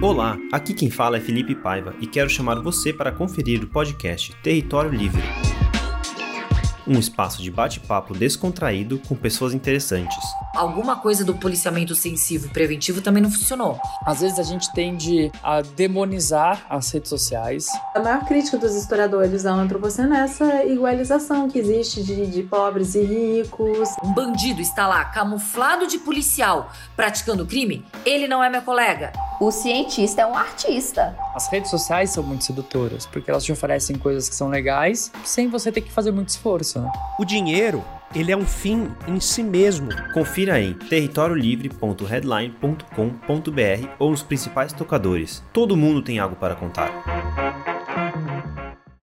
Olá, aqui quem fala é Felipe Paiva e quero chamar você para conferir o podcast Território Livre. Um espaço de bate-papo descontraído com pessoas interessantes. Alguma coisa do policiamento ofensivo preventivo também não funcionou. Às vezes a gente tende a demonizar as redes sociais. A maior crítica dos historiadores ao antropoceno é essa igualização que existe de, de pobres e ricos. Um bandido está lá camuflado de policial praticando crime, ele não é meu colega. O cientista é um artista. As redes sociais são muito sedutoras, porque elas te oferecem coisas que são legais, sem você ter que fazer muito esforço. Né? O dinheiro, ele é um fim em si mesmo. Confira em territoriolivre.headline.com.br ou nos principais tocadores. Todo mundo tem algo para contar.